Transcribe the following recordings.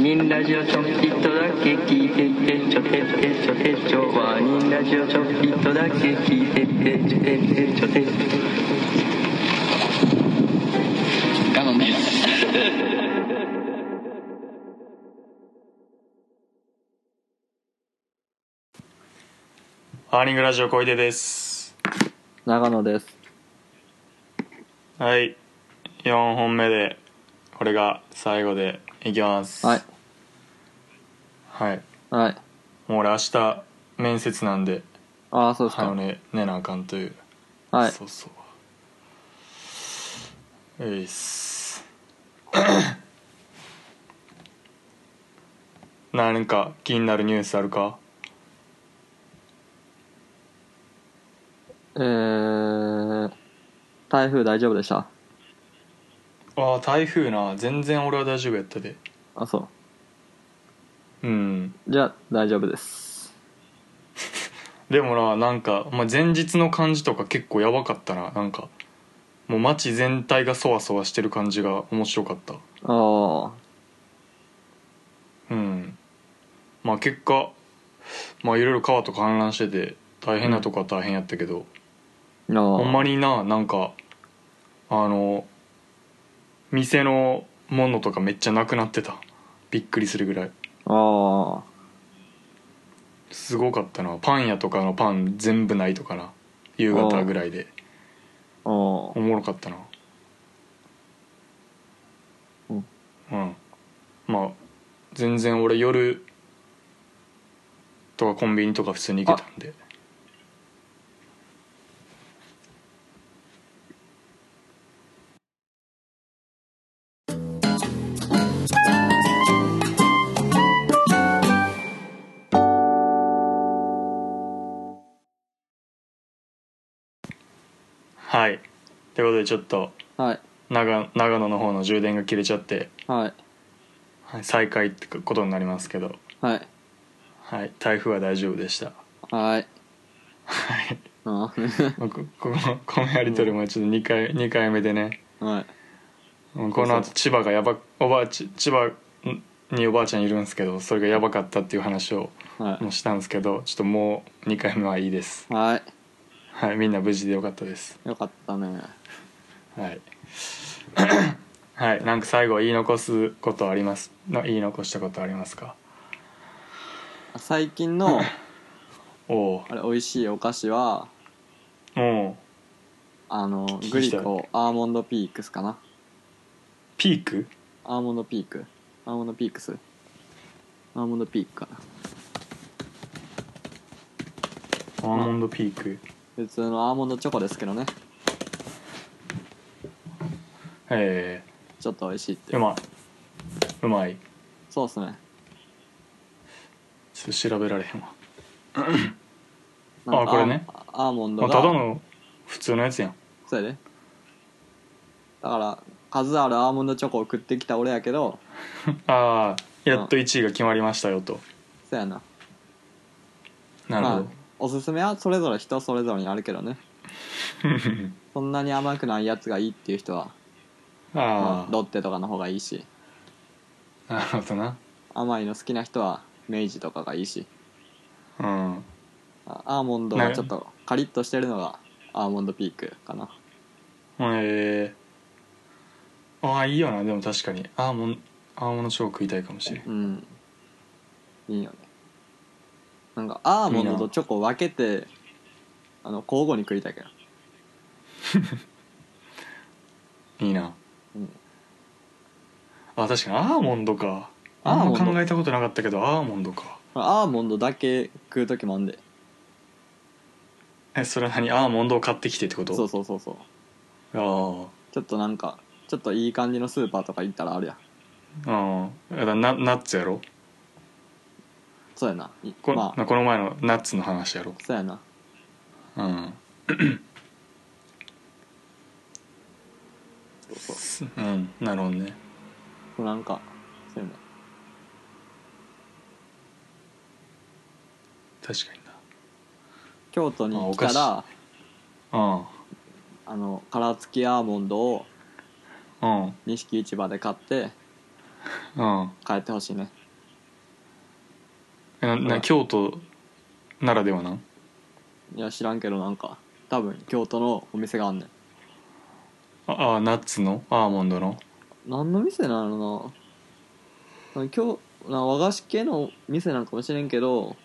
ニンラジオちょっぴっとだけ聞いてってちょてってちょてちょワニンラジオちょっぴっとだけ聞いてってちょてってちょて我慢です。ハーニングラジオ小出です長野ですはい4本目でこれが最後でいきますはいはいはいもう俺明日面接なんでああそうです早か寝、ね、寝なあかんというはいそうそうえいっす 何か気になるニュースあるかえー、台風大丈夫でしたああ台風な全然俺は大丈夫やったであそうんうじゃあ大丈夫ですでもななんか、まあ、前日の感じとか結構やばかったななんかもう街全体がそわそわしてる感じが面白かったあうんまあ結果まあいろいろ川とか氾濫してて大変なとこは大変やったけど、ああほんまににななんかあの店のものとかめっちゃなくなってたびっくりするぐらいあすごかったなパン屋とかのパン全部ないとかな夕方ぐらいでああおあもろかったなうんうんまあ全然俺夜とかコンビニとか普通に行けたんではいということでちょっとはい長長野の方の充電が切れちゃって、はいはい再開ってことになりますけど、はいはい、台風は大丈夫でしたはいはいあまあここのこのやり取りもちょっと2回二回目でねあはいうんこの後千葉がやばおばあち千葉におばあちゃんいるんですけどそれがやばかったっていう話をはもうしたんですけどちょっともう2回目はいいですいははいみんな無事でよかったですいよかったねはい はいなんか最後言い残すことありますの言い残したことありますか最近のおうあれ美味しいお菓子はおうあのきグまリしたよコアーモンドピークスかなピークアーモンドピークアーモンドピークスアーモンドピークかなアーモンドピーク普通のアーモンドチョコですけどねえちょっと美味しいってえうまいうまいそうっすねちょっと調べられへんわなんかあこれねアーアーモンドまあ、がただの普通のやつやんそうやでだから数あるアーモンドチョコを食ってきた俺やけどああやっと1位が決まりましたよとそうやななるほまあ、おすすめはそれぞれ人それぞれにあるけどねそんなに甘くないやつがいいっていう人はどま ああロッテとかの方がいいしあなるほどな甘いの好きな人は明治とかがいいしうんあアーモンドがちょっとカリッとしてるのがアーモンドピークかなえー、ああいいよなでも確かにアーモンアーモンドチョコ食いたいかもしれんうんいいよねなんかアーモンドとチョコ分けてあの交互に食いたいけどいいな、うんあ確かにアーモンドかあんま考えたことなかったけどアーモンドかアーモンドだけ食う時もあんでえそれは何アーモンドを買ってきてってことそうそうそうそうあちょっとなんかちょっといい感じのスーパーとか行ったらあるやんあああだからなナッツやろそうやないこ,、まあこの前のナッツの話やろそうやなうんうんなるほどねなんかそうやな確かにな京都にあお来菓た子らああの殻付きアーモンドをあうん錦市場で買ってうん帰ってほしいねえなな京都ならではなんいや知らんけどなんか多分京都のお店があんねああナッツのアーモンドのん何の店なのななんか今日な和菓子系の店なんかもしれんけど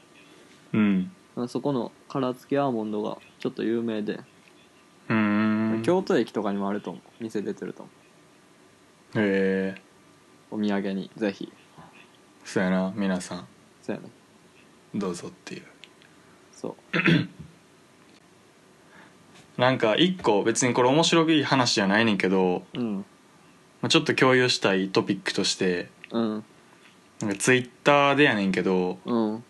うんなんかそこの殻付きアーモンドがちょっと有名で、うーんへ京都駅とかにもあると思う店出てると思えうお土産にぜひそうやな皆さそうやねんどうぞっていうそうなんか一個別にこれ面白い話じゃないねんけど、うんまあ、ちょっと共有したいトピックとしてうんなんかツイッターでやねんけどうん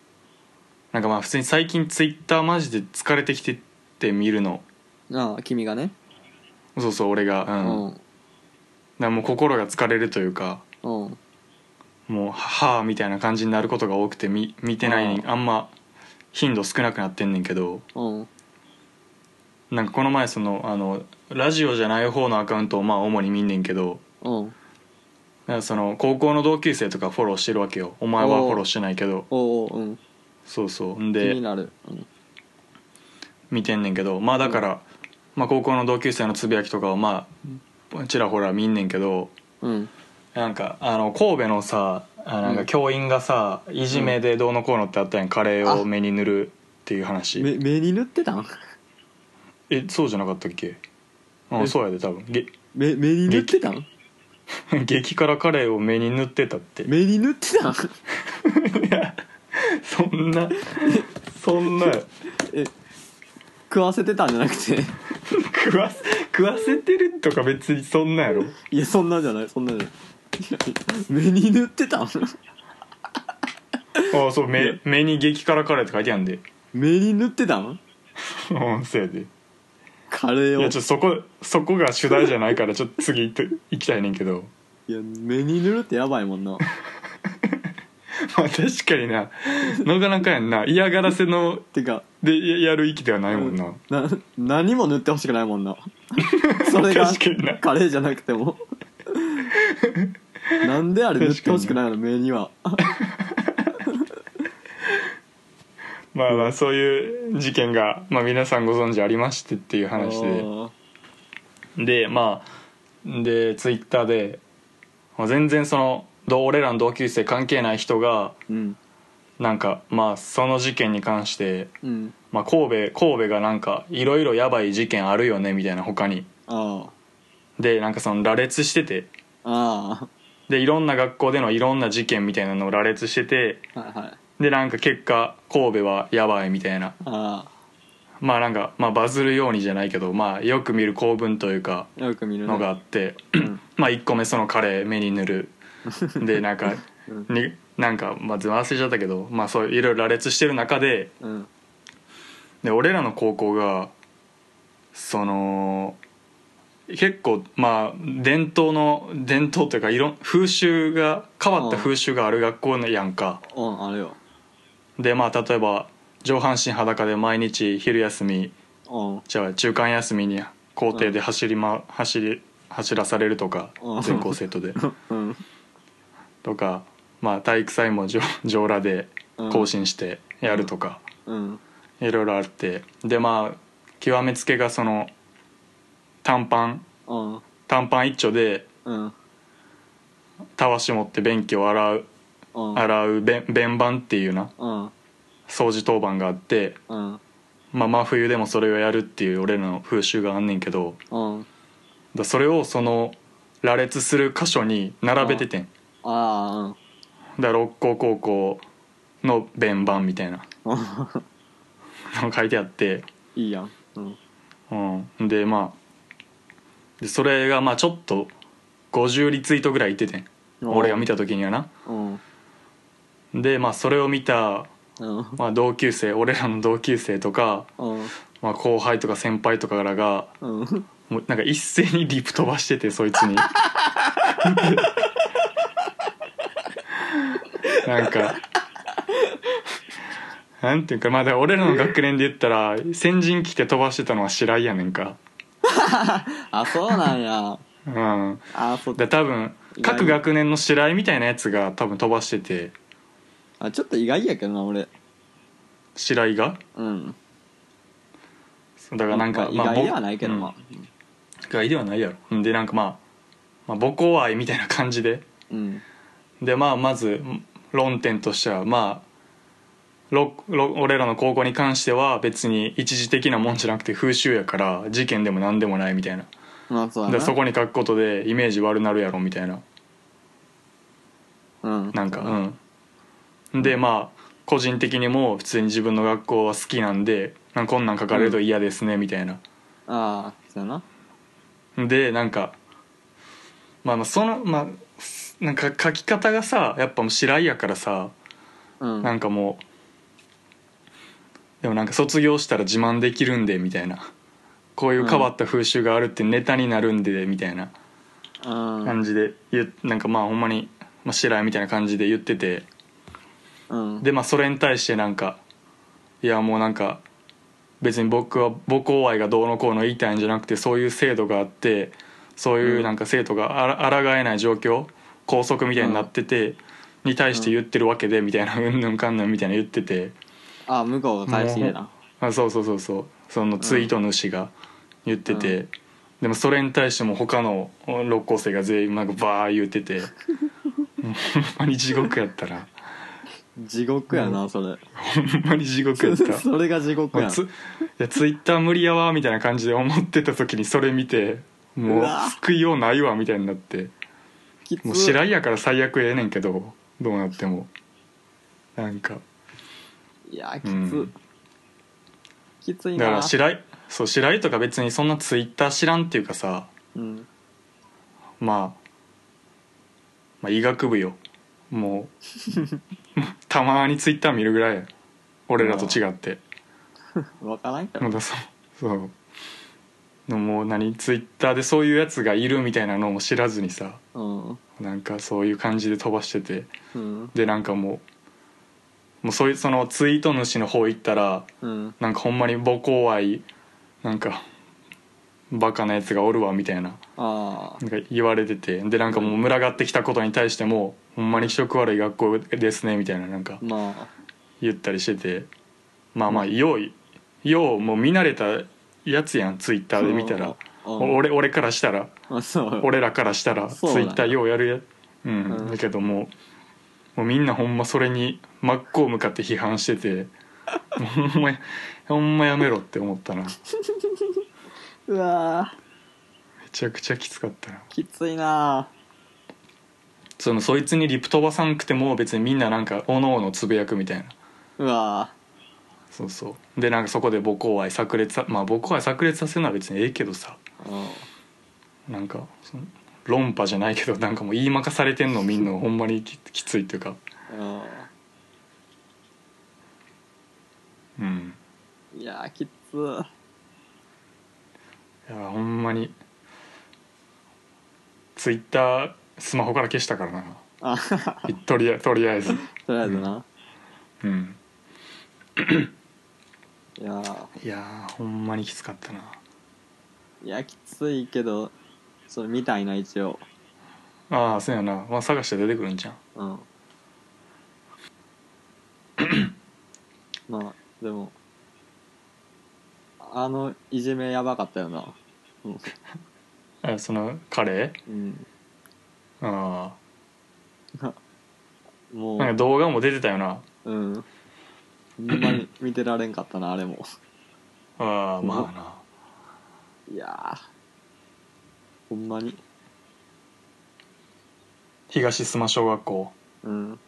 なんかまあ普通に最近ツイッターマジで疲れてきてって見るのああ君がねそうそう俺がううん、んだからもう心が疲れるというかうんもうははあみたいな感じになることが多くて見見てないねんあーあんま頻度少なくなってんねんけどうんなんかこの前そのあのラジオじゃない方のアカウントをまあ主に見んねんけどうんなんかその高校の同級生とかフォローしてるわけよお前はフォローしてないけどおうおううんそうそうん気にでなるうん見てんねんけどまあだから、まあ、高校の同級生のつぶやきとかをまあちらほら見んねんけどうんなんかあの神戸のさあなんうかん教員がさいじめでどうのこうのってあったやんカレーを目に塗るっていう話、目目に塗ってたん えそうじゃなかったっけうえんそうやで多分げ 目目に塗ってたん激辛カレーを目に塗ってたって 目に塗ってたんそ んなそんな食わせてたんじゃなくて 食わせ食わせてるとか別にそんなやろいやそんなじゃないそんなじゃない目に塗って たんああそう目目に激辛カレーって書いてあるんで目に塗ってたんうんそうやでカレーいをやちょっとそこそこが主題じゃないからちょっと次行って行きたいねんけどいや目に塗るってやばいもんなまあ確かにななかなかやんな嫌がらせのてかでややる域ではないもんなな何も塗ってほしくないも んなそれが確かになカレーじゃなくて もなんであれ塗ってほしくないの目にはまあまあそういう事件が、まあ、皆さんご存知ありましてっていう話あでーでまあでツイッターでまあ全然そのどう俺らの同級生関係ない人がうんなんかまあその事件に関して、うんまあ、神戸神戸がなんかいろいろやばい事件あるよねみたいな他にあでなんかその羅列しててああでいろんな学校でのいろんな事件みたいなのを羅列しててあはいはいでなんか結果神戸はやばいみたいなあまあなんか、まあ、バズるようにじゃないけど、まあ、よく見る構文というかあよく見るねのがあって、うんまあ1個目そのカレー目に塗るでなんか、うになんか、まあ、忘れちゃったけど、まあ、そういろいろ羅列してる中でうんで俺らの高校がその結構まあ伝統の伝統というかいろん風習が変わった風習がある学校やんか、うんあれよでまあ例えば上半身裸で毎日昼休みうんじゃあ中間休みに校庭で走り、ま、走り走らされるとかうん全校生 徒でうんとか、まあ、体育祭も上上裸で行進してやるとか、うんいろいろあってでまあ極めつけがその短パンうん短パン一丁でうんたわし持って便器を洗ううん洗う便便番っていうなうん掃除当番があって、うんまあ、真冬でもそれをやるっていう俺らの風習があんねんけどうんだそれをその羅列する箇所に並べててんああだ六甲高校の弁番み たいなうんのが書いてあって、いいやんうんうん、でまあでそれがまあちょっと50リツイートぐらいいっててん俺が見た時にはなうんでまあそれを見た、うんまあ、同級生俺らの同級生とか、うんまあ、後輩とか先輩とかからがうんもうなんか一斉にリプ飛ばしててそいつに なんかなんていうかまあだから俺らの学年で言ったら先人来て飛ばしてたのは白井やねんかあそうなんやうんあーそうで多分意外各学年の白井みたいなやつが多分飛ばしててあちょっと意外やけどな俺白井がうんだからなんか意外では僕ないけどうんまあ意外ではないやろでなんかまあ、まあ、母校愛みたいな感じでうんでまあまず論点としてはまあろろ俺らの高校に関しては別に一時的なもんじゃなくて風習やから事件でも何でもないみたいなまあそうだやなからそこに書くことでイメージ悪なるやろみたいなうんなんかうんでまあ個人的にも普通に自分の学校は好きなんでなんかこんなん書かれると嫌ですねみたいな、ああそうやなでなんかまあまあそのまあすなんか書き方がさやっぱもう白井やからさうんなんかもうでもなんか卒業したら自慢できるんでみたいなこういう変わった風習があるってネタになるんでみたいなうん感じで言うなんかまあほんまに、まあ、白井みたいな感じで言っててうんでまあそれに対してなんかいやもうなんか別に僕は母校愛がどうのこうの言いたいんじゃなくてそういう制度があってそういうなんか生徒があら抗えない状況校則みたいになってて、に対して言ってるわけでみたいなうんぬんかんぬんみたいな言っててああ向こうが返してきてなあそうそうそうそうそのツイート主が言ってて、うでもそれに対しても他の六校生が全員なんかバー言っ ててもうほんまに地獄やったら地獄やなそれほんまに地獄やった。 それが地獄もやうんツいやツイッター無理やわみたいな感じで思ってた時にそれ見てもううわ救いようないわみたいになってきつもう白井やから最悪ええねんけどどうなってもなんかいやきつうんきついだなから白井そう白井とか別にそんなツイッター知らんっていうかさうんまあ、まあ医学部よもうたまにツイッター見るぐらいや俺らと違って分からんけどまだそうそうのもう何ツイッターでそういうやつがいるみたいなのも知らずにさうんなんかそういう感じで飛ばしててうんでなんかもうもうそういうそのツイート主の方行ったらうんなんかほんまに母校愛なんかバカなやつがおるわみたいなああなんか言われててでなんかもう群がってきたことに対してもほんまに気色悪い学校ですねみたいななんかまあ言ったりしててまあまあようようもう見慣れたやつやんツイッターで見たらうんお俺俺からしたらあそう俺らからしたらツそうなんイやッターようやるやうん、うんだけどもうもうみんなほんまそれに真っ向向かって批判して てもうほんまやほんまやめろって思ったなめ うわーちゃくちゃきつかったなきついなそのそいつにリプ飛ばさんくても別にみんななんかおのおのつぶやくみたいなうわそうそうでなんかそこで母校愛炸裂さまあ母校愛炸裂させるのは別にええけどさーうんなんかその論破じゃないけどなんかもう言いまかされてんのみんなほんまにききついっていうかううんんいやーきついやほんまにツイッタースマホから消したから なあ とりあえずとりあえずとりあえずな、うんいやーいやーほんまにきつかったないやきついけどそれみたいな一応ああそうやな、まあ、探して出てくるんじゃんうん まあでもあのいじめやばかったよなうんあその彼うんあもあうなんか動画も出てたよなうんほんまに見てられんかったなあれもああまあないやーほんまに東須磨小学校うん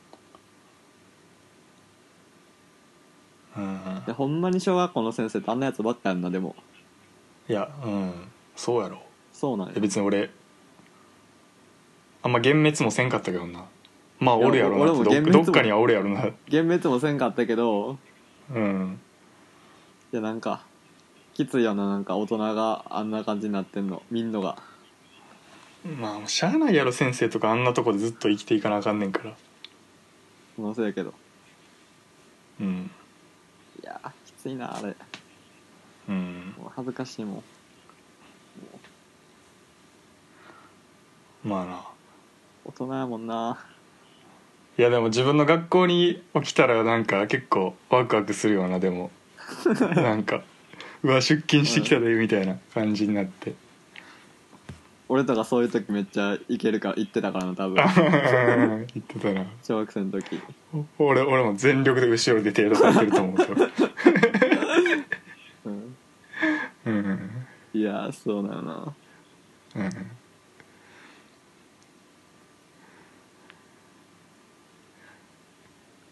うんでほんまに小学校の先生ってあんなやつばっかやんなでもいやうんそうやろそうなんいやや別に俺あんま幻滅もせんかったけどなまあおるやろいや俺なもって幻滅どもっどっかにはおるやろな幻滅もせんかったけどうんいやなんかきついよななんか大人があんな感じになってんのみんのがまあしゃあないやろ先生とかあんなとこでずっと生きていかなあかんねんからそのせいやけどうんいやーきついなあれうんもう恥ずかしいもんまあな大人やもんないやでも自分の学校に起きたらなんか結構ワクワクするようなで もなんかうわ出勤してきたでみたいな感じになって俺とかそういう時めっちゃいけるから行ってたからな多分言ってたな小学生の時俺俺も全力で後ろで手出されてると思うけどうんうんうんいやーそうだよなうん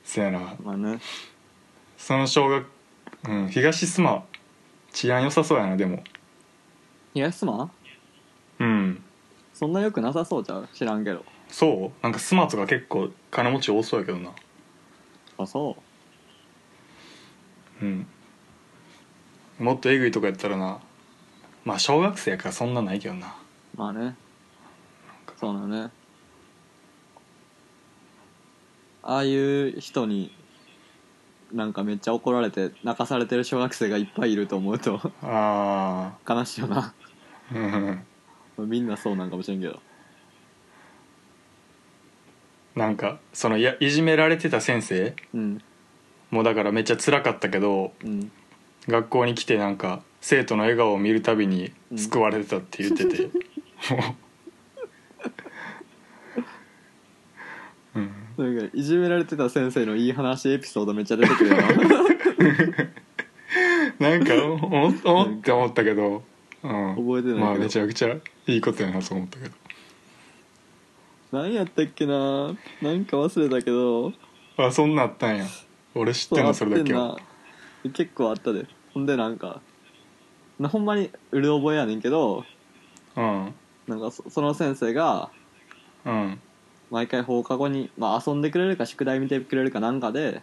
せやなまあねその小学、うん、東須磨治安良さそうやなでも東妻うんそんな良くなさそうちゃう知らんけどそうなんか須磨とか結構金持ち多そうやけどなあそううんもっとえぐいとかやったらなまあ小学生やからそんなないけどなまあねそうだねああいう人になんかめっちゃ怒られて泣かされてる小学生がいっぱいいると思うとあ悲しいよなあうんうんみんなそうなんかもしれんけど なんかそのいやいじめられてた先生うんもだからめっちゃ辛かったけどうん学校に来てなんか生徒の笑顔を見るたびに救われてたって言ってて、もううんなんかいじめられてた先生のいい話エピソードめっちゃ出てくるよ ななんかおおおって思ったけど、うん、覚えてないけどまあめちゃくちゃいいことやなと思ったけど何やったっけななんか忘れたけどあそんなんあったんや俺知ってんのそれだけそうあっはてんな結構あったでほんでなんかなほんまにうる覚えやねんけどうんなんかそその先生がうん毎回放課後に、まあ、遊んでくれるか宿題見てくれるかなんかで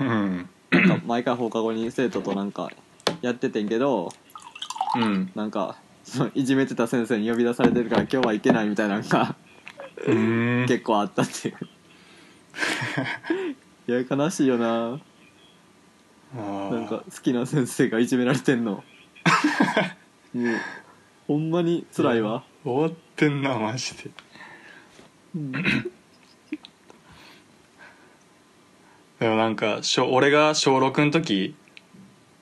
うんなんか毎回放課後に生徒となんかやっててんけどうんなんかそのいじめてた先生に呼び出されてるから今日は行けないみたいなのがうーん結構あったっていういや悲しいよなあなんか好きな先生がいじめられてん のもうほんまに辛いわ、ー終わってんなマジでうんでもなんか小俺が小6の時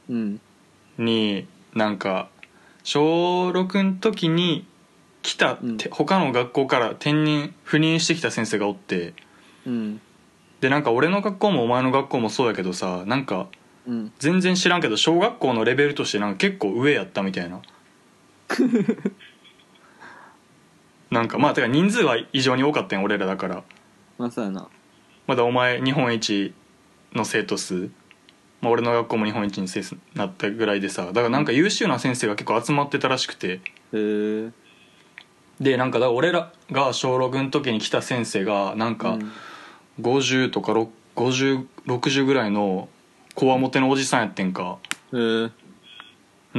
うんになんか小6の時に来たって、他の学校から転任赴任してきた先生がおってうんでなんか俺の学校もお前の学校もそうやけどさなんかうん全然知らんけど小学校のレベルとしてなんか結構上やったみ たいななんかまあてか人数は異常に多かったん俺らだからまあそうやなまだお前日本一の生徒数、まあ、俺の学校も日本一にせなったぐらいでさだからなんか優秀な先生が結構集まってたらしくてへえでなんかだから俺らが小6の時に来た先生がなんかうん50とか5060ぐらいのこわもてのおじさんやってんかへえ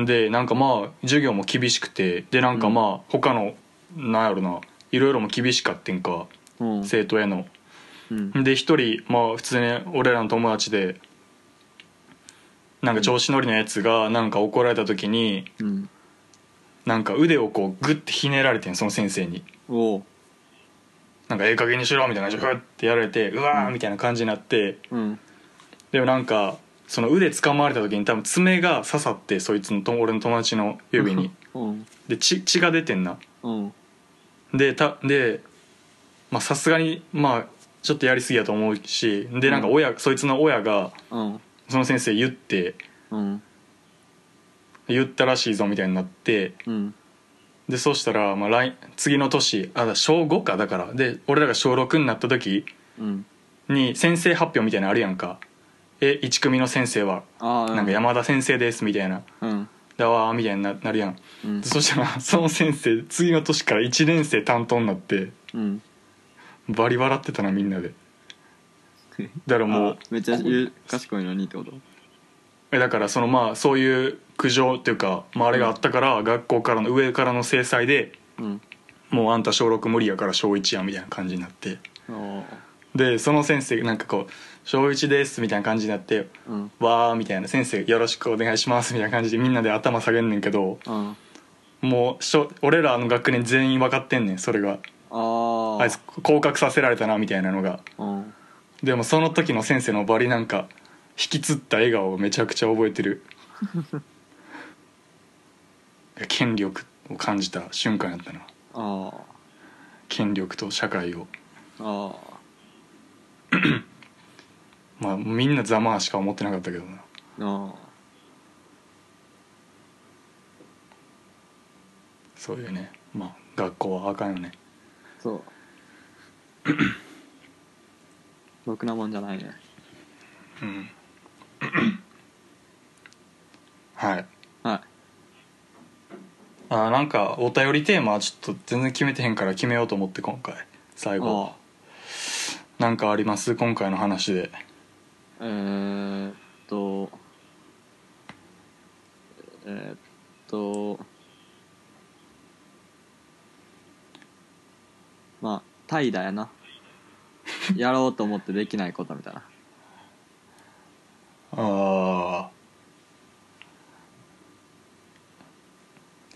でなんかまあ授業も厳しくてでなんかまあ他のなんやろないろいろも厳しかってんかうん生徒へのうんで一人まあ普通に俺らの友達でなんか調子乗りのやつがなんか怒られた時にうんなんか腕をこうグッてひねられてんその先生におうなんかええ加減にしろみたいな感じでふってやられてうわーみたいな感じになってうんでもなんかその腕掴まれた時に多分爪が刺さってそいつのと俺の友達の指にうんで血血が出てんなうんでたでまあさすがにまあちょっとやりすぎやと思うしでなんか親、そいつの親がうんその先生言ってうん言ったらしいぞみたいになってうんでそうしたら、まあ、来次の年あだ小5かだからで俺らが小6になった時うんに先生発表みたいなのあるやんか「え1組の先生はああなんか山田先生です」みたいなうん「だわ」みたいにななるやんうんでそした らその先生次の年から1年生担当になってうんバリ笑ってたなみんなでだから ももううめっちゃゆ賢いのにってことえだからそのまあそういう苦情っていうか、まあ、あれがあったから学校からの上からの制裁でうんもうあんた小6無理やから小1やみたいな感じになっておうでその先生なんかこう「小1です」みたいな感じになってうん「わー」みたいな「先生よろしくお願いします」みたいな感じでみんなで頭下げんねんけどうんあもうしょ俺らの学年全員分かってんねんそれがあーあいつ降格させられたなみたいなのがうんでもその時の先生のバリなんか引きつった笑顔をめちゃくちゃ覚えてるいや権力を感じた瞬間やったなああ権力と社会をあまあみんなざまあしか思ってなかったけどなああそういうねまあ学校はあかんよねそうろくなもんじゃないねうんはいはあなんかお便りテーマはちょっと全然決めてへんから決めようと思って今回い最後ああなんかあります今回の話でえー、っとえー、っとまあ怠惰やなやろうと思ってできないことみたいなああ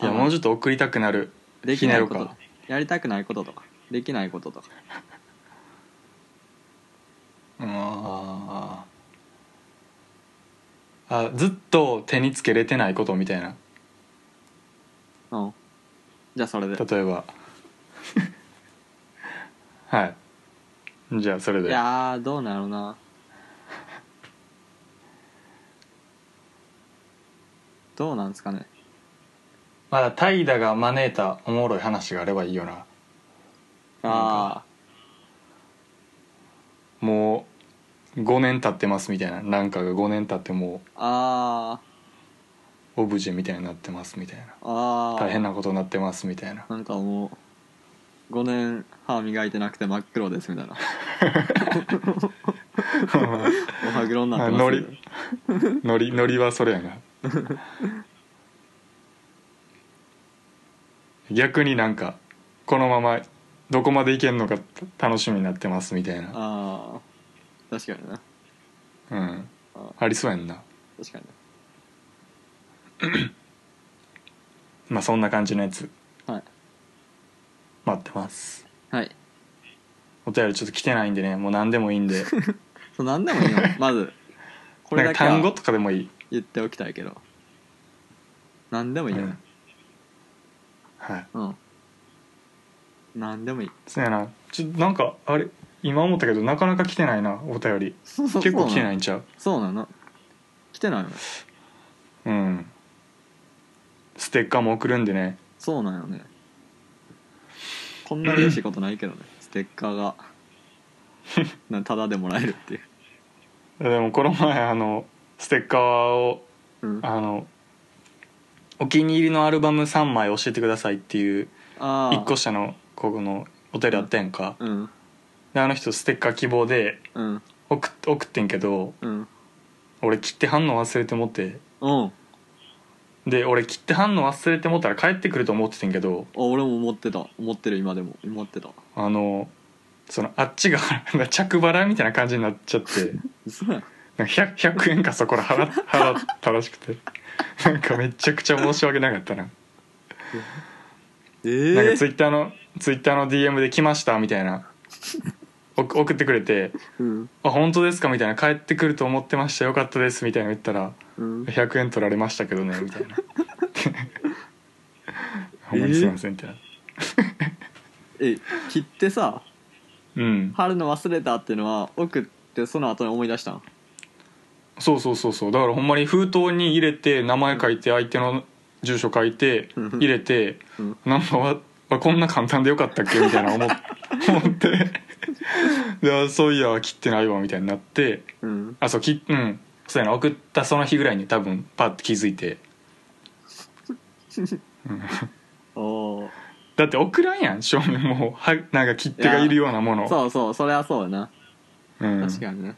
いやあーもうちょっと送りたくなるできないこひねとろうかやりたくないこととかできないこととかあーあずっと手につけれてないことみたいなうんじゃあそれで例え ばはいじゃあそれいでやーどうなるな どうなんですかねまだ怠惰が招いたおもろい話があればいいよなあもう5年経ってますみたいななんかが5年経ってもーあうオブジェみたいになってますみたいなーあー大変なことになってますみたいななんかもう5年歯磨いてなくて真っ黒ですみ たいなお歯黒になってまノすリノリノリはそれやな 逆になんかこのままどこまでいけんのか楽しみになってますみたいなああ確かになうんあありそうやんな確かにまあそんな感じのやつなはい待ってますはいお便りちょっと来てないんでねもう何でもいいんでそう何でもいいよまず これなんだかけ単語はとかでもいい言っておきたいけど何でもいいよ、うんはいうん。なんでもいい。。そうやなちょなんかあれ今思ったけどなかなか来てないなお便り 結構来てないいんちゃう そうなの。来てないの。うんステッカーも送るんでねそうなんよね。こんな嬉しいことないけど ね。ステッカーが。なただでもらえるっていう。でもこの前あのステッカーをうん、ああのお気に入りのアルバム3枚教えてくださいっていうあー。 1個下のここのお便りあったやんかうん。であの人ステッカー希望でうん。送っ送ってんけどうん。俺切って反応忘れてもってうん。で俺切って反応忘れてもったら帰ってくると思っててんけどあ俺も思ってた思ってる今でも思ってたあのそのあっちが着払いみたいな感じになっちゃって嘘やんなんか 100, 100円かそこら 払っ払ったらしくてなんかめちゃくちゃ申し訳なかったなえなんかーツイッターのツイッターの DM で来ましたみたいなお送ってくれてうん「あ本当ですか?」みたいな「帰ってくると思ってましたよかったです」みたいなの言ったらうん100円取られましたけどね みたいな「ほんまにすいません」みたいな、え切ってさうん貼るの忘れたっていうのは送ってその後に思い出したんそうそうそうそうだからほんまに封筒に入れて名前書いて相手の住所書いてうん入れて、うんなんかわわこんな簡単でよかったっけみたいな思っ 思ってであそういや切ってないわみたいになってうんあそうきうんそうやな送ったその日ぐらいに多分パッと気づいておーだって送らんやん正面もうはなんか切手がいるようなものそうそうそれはそうやなうん、確かにね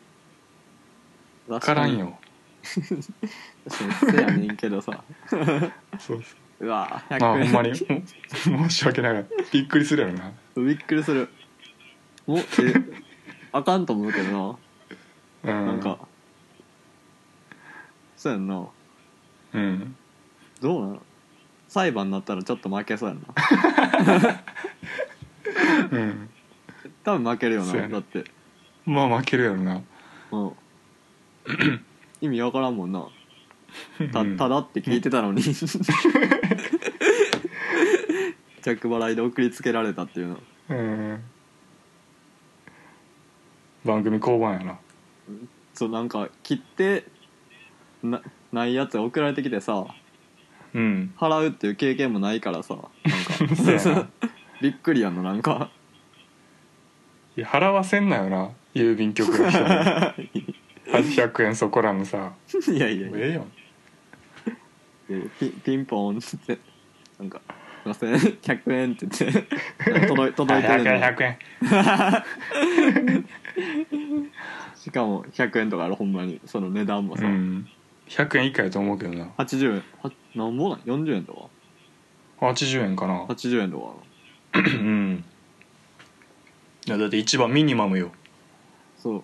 分分からんよ確かにそうやねんけど さそうそうわ100円まあほんまにも申し訳なかったびっくりするやろな びっくりするもえあかんと思うけどうんななんかそうやんなうんどうなの裁判になったらちょっと負けそうやんなうん多分負けるよな、そうやねだってまあ負けるやろなうん 意味わからんもんなたうんただって聞いてたのに着払いで送りつけられたっていうのうん番組交番やなそうなんか切ってなないやつ送られてきてさうん払うっていう経験もないからさそうなんやなか びっくりやんのなんか いや払わせんなよな郵便局の人に 800円そこらのさいやいやもいうやええよピンピンポンっつってなんか「すいません100円」って言ってなんか届い届いてる100の円に100円しかも100円とかあるほんまにその値段もさ、うん100円以下やと思うけどな80円はなんぼなん40円と80円かなか80円とかうんいやだって一番ミニマムよそう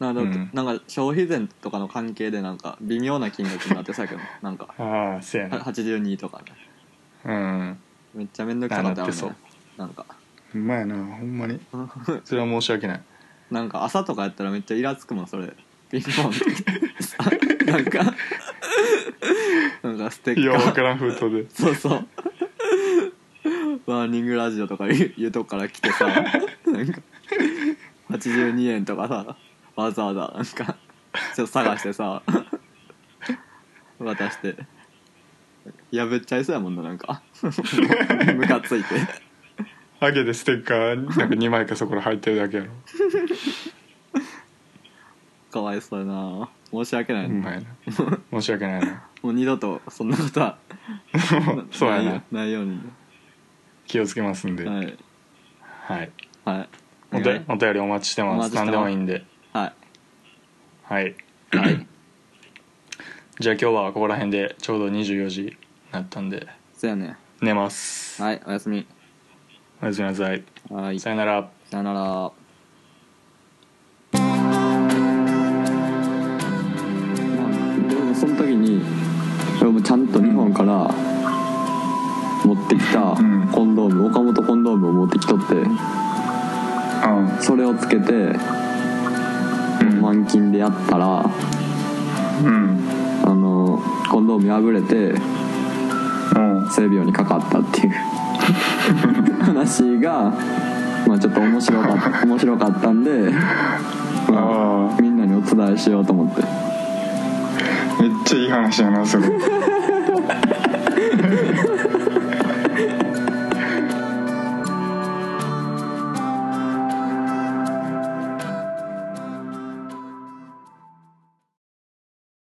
なんかだってうんなんか消費税とかの関係でなんか微妙な金額になって さやけどなんかああせやは82とかねうんめっちゃめんどくさかったよあなってそうねなんかうまいなほんま にそれは申し訳ないなんか朝とかやったらめっちゃイラつくもんそれピンポンって なんかなんかステいッやカ分ーからん封筒でそうそう。ワーニングラジオとかいういうとこから来てさ、なんか、82円とかさ、わざわざ、なんか、ちょっと探してさ、渡して、破っちゃいそうやもんな、なんか。ムカついて。ハゲでステッカ ーなんか2枚かそこら入ってるだけやろかわいそうやな申し訳なうい、まいな 申し訳ないなもう二度とそんなことはそうやないなないように気をつけますんでは、はいいはいおは便いお便りお待ちしておま待ちすしてます何でもいいんではいはい じゃあ今日はここら辺でちょうど24時になったんでそやね寝ます、はいおやすみおやすみなさいはいささよならよならでもその時に俺もちゃんと日本から持ってきたんコンドーム、岡本コンドームを持ってきとってうそれをつけて満金でやったらうんあのコンドーム破れてうん性病にかかった っていう話が、まあ、ちょっと面白かった面白かったんで、まああ、みんなにお伝えしようと思ってあめっちゃいい話やなそれ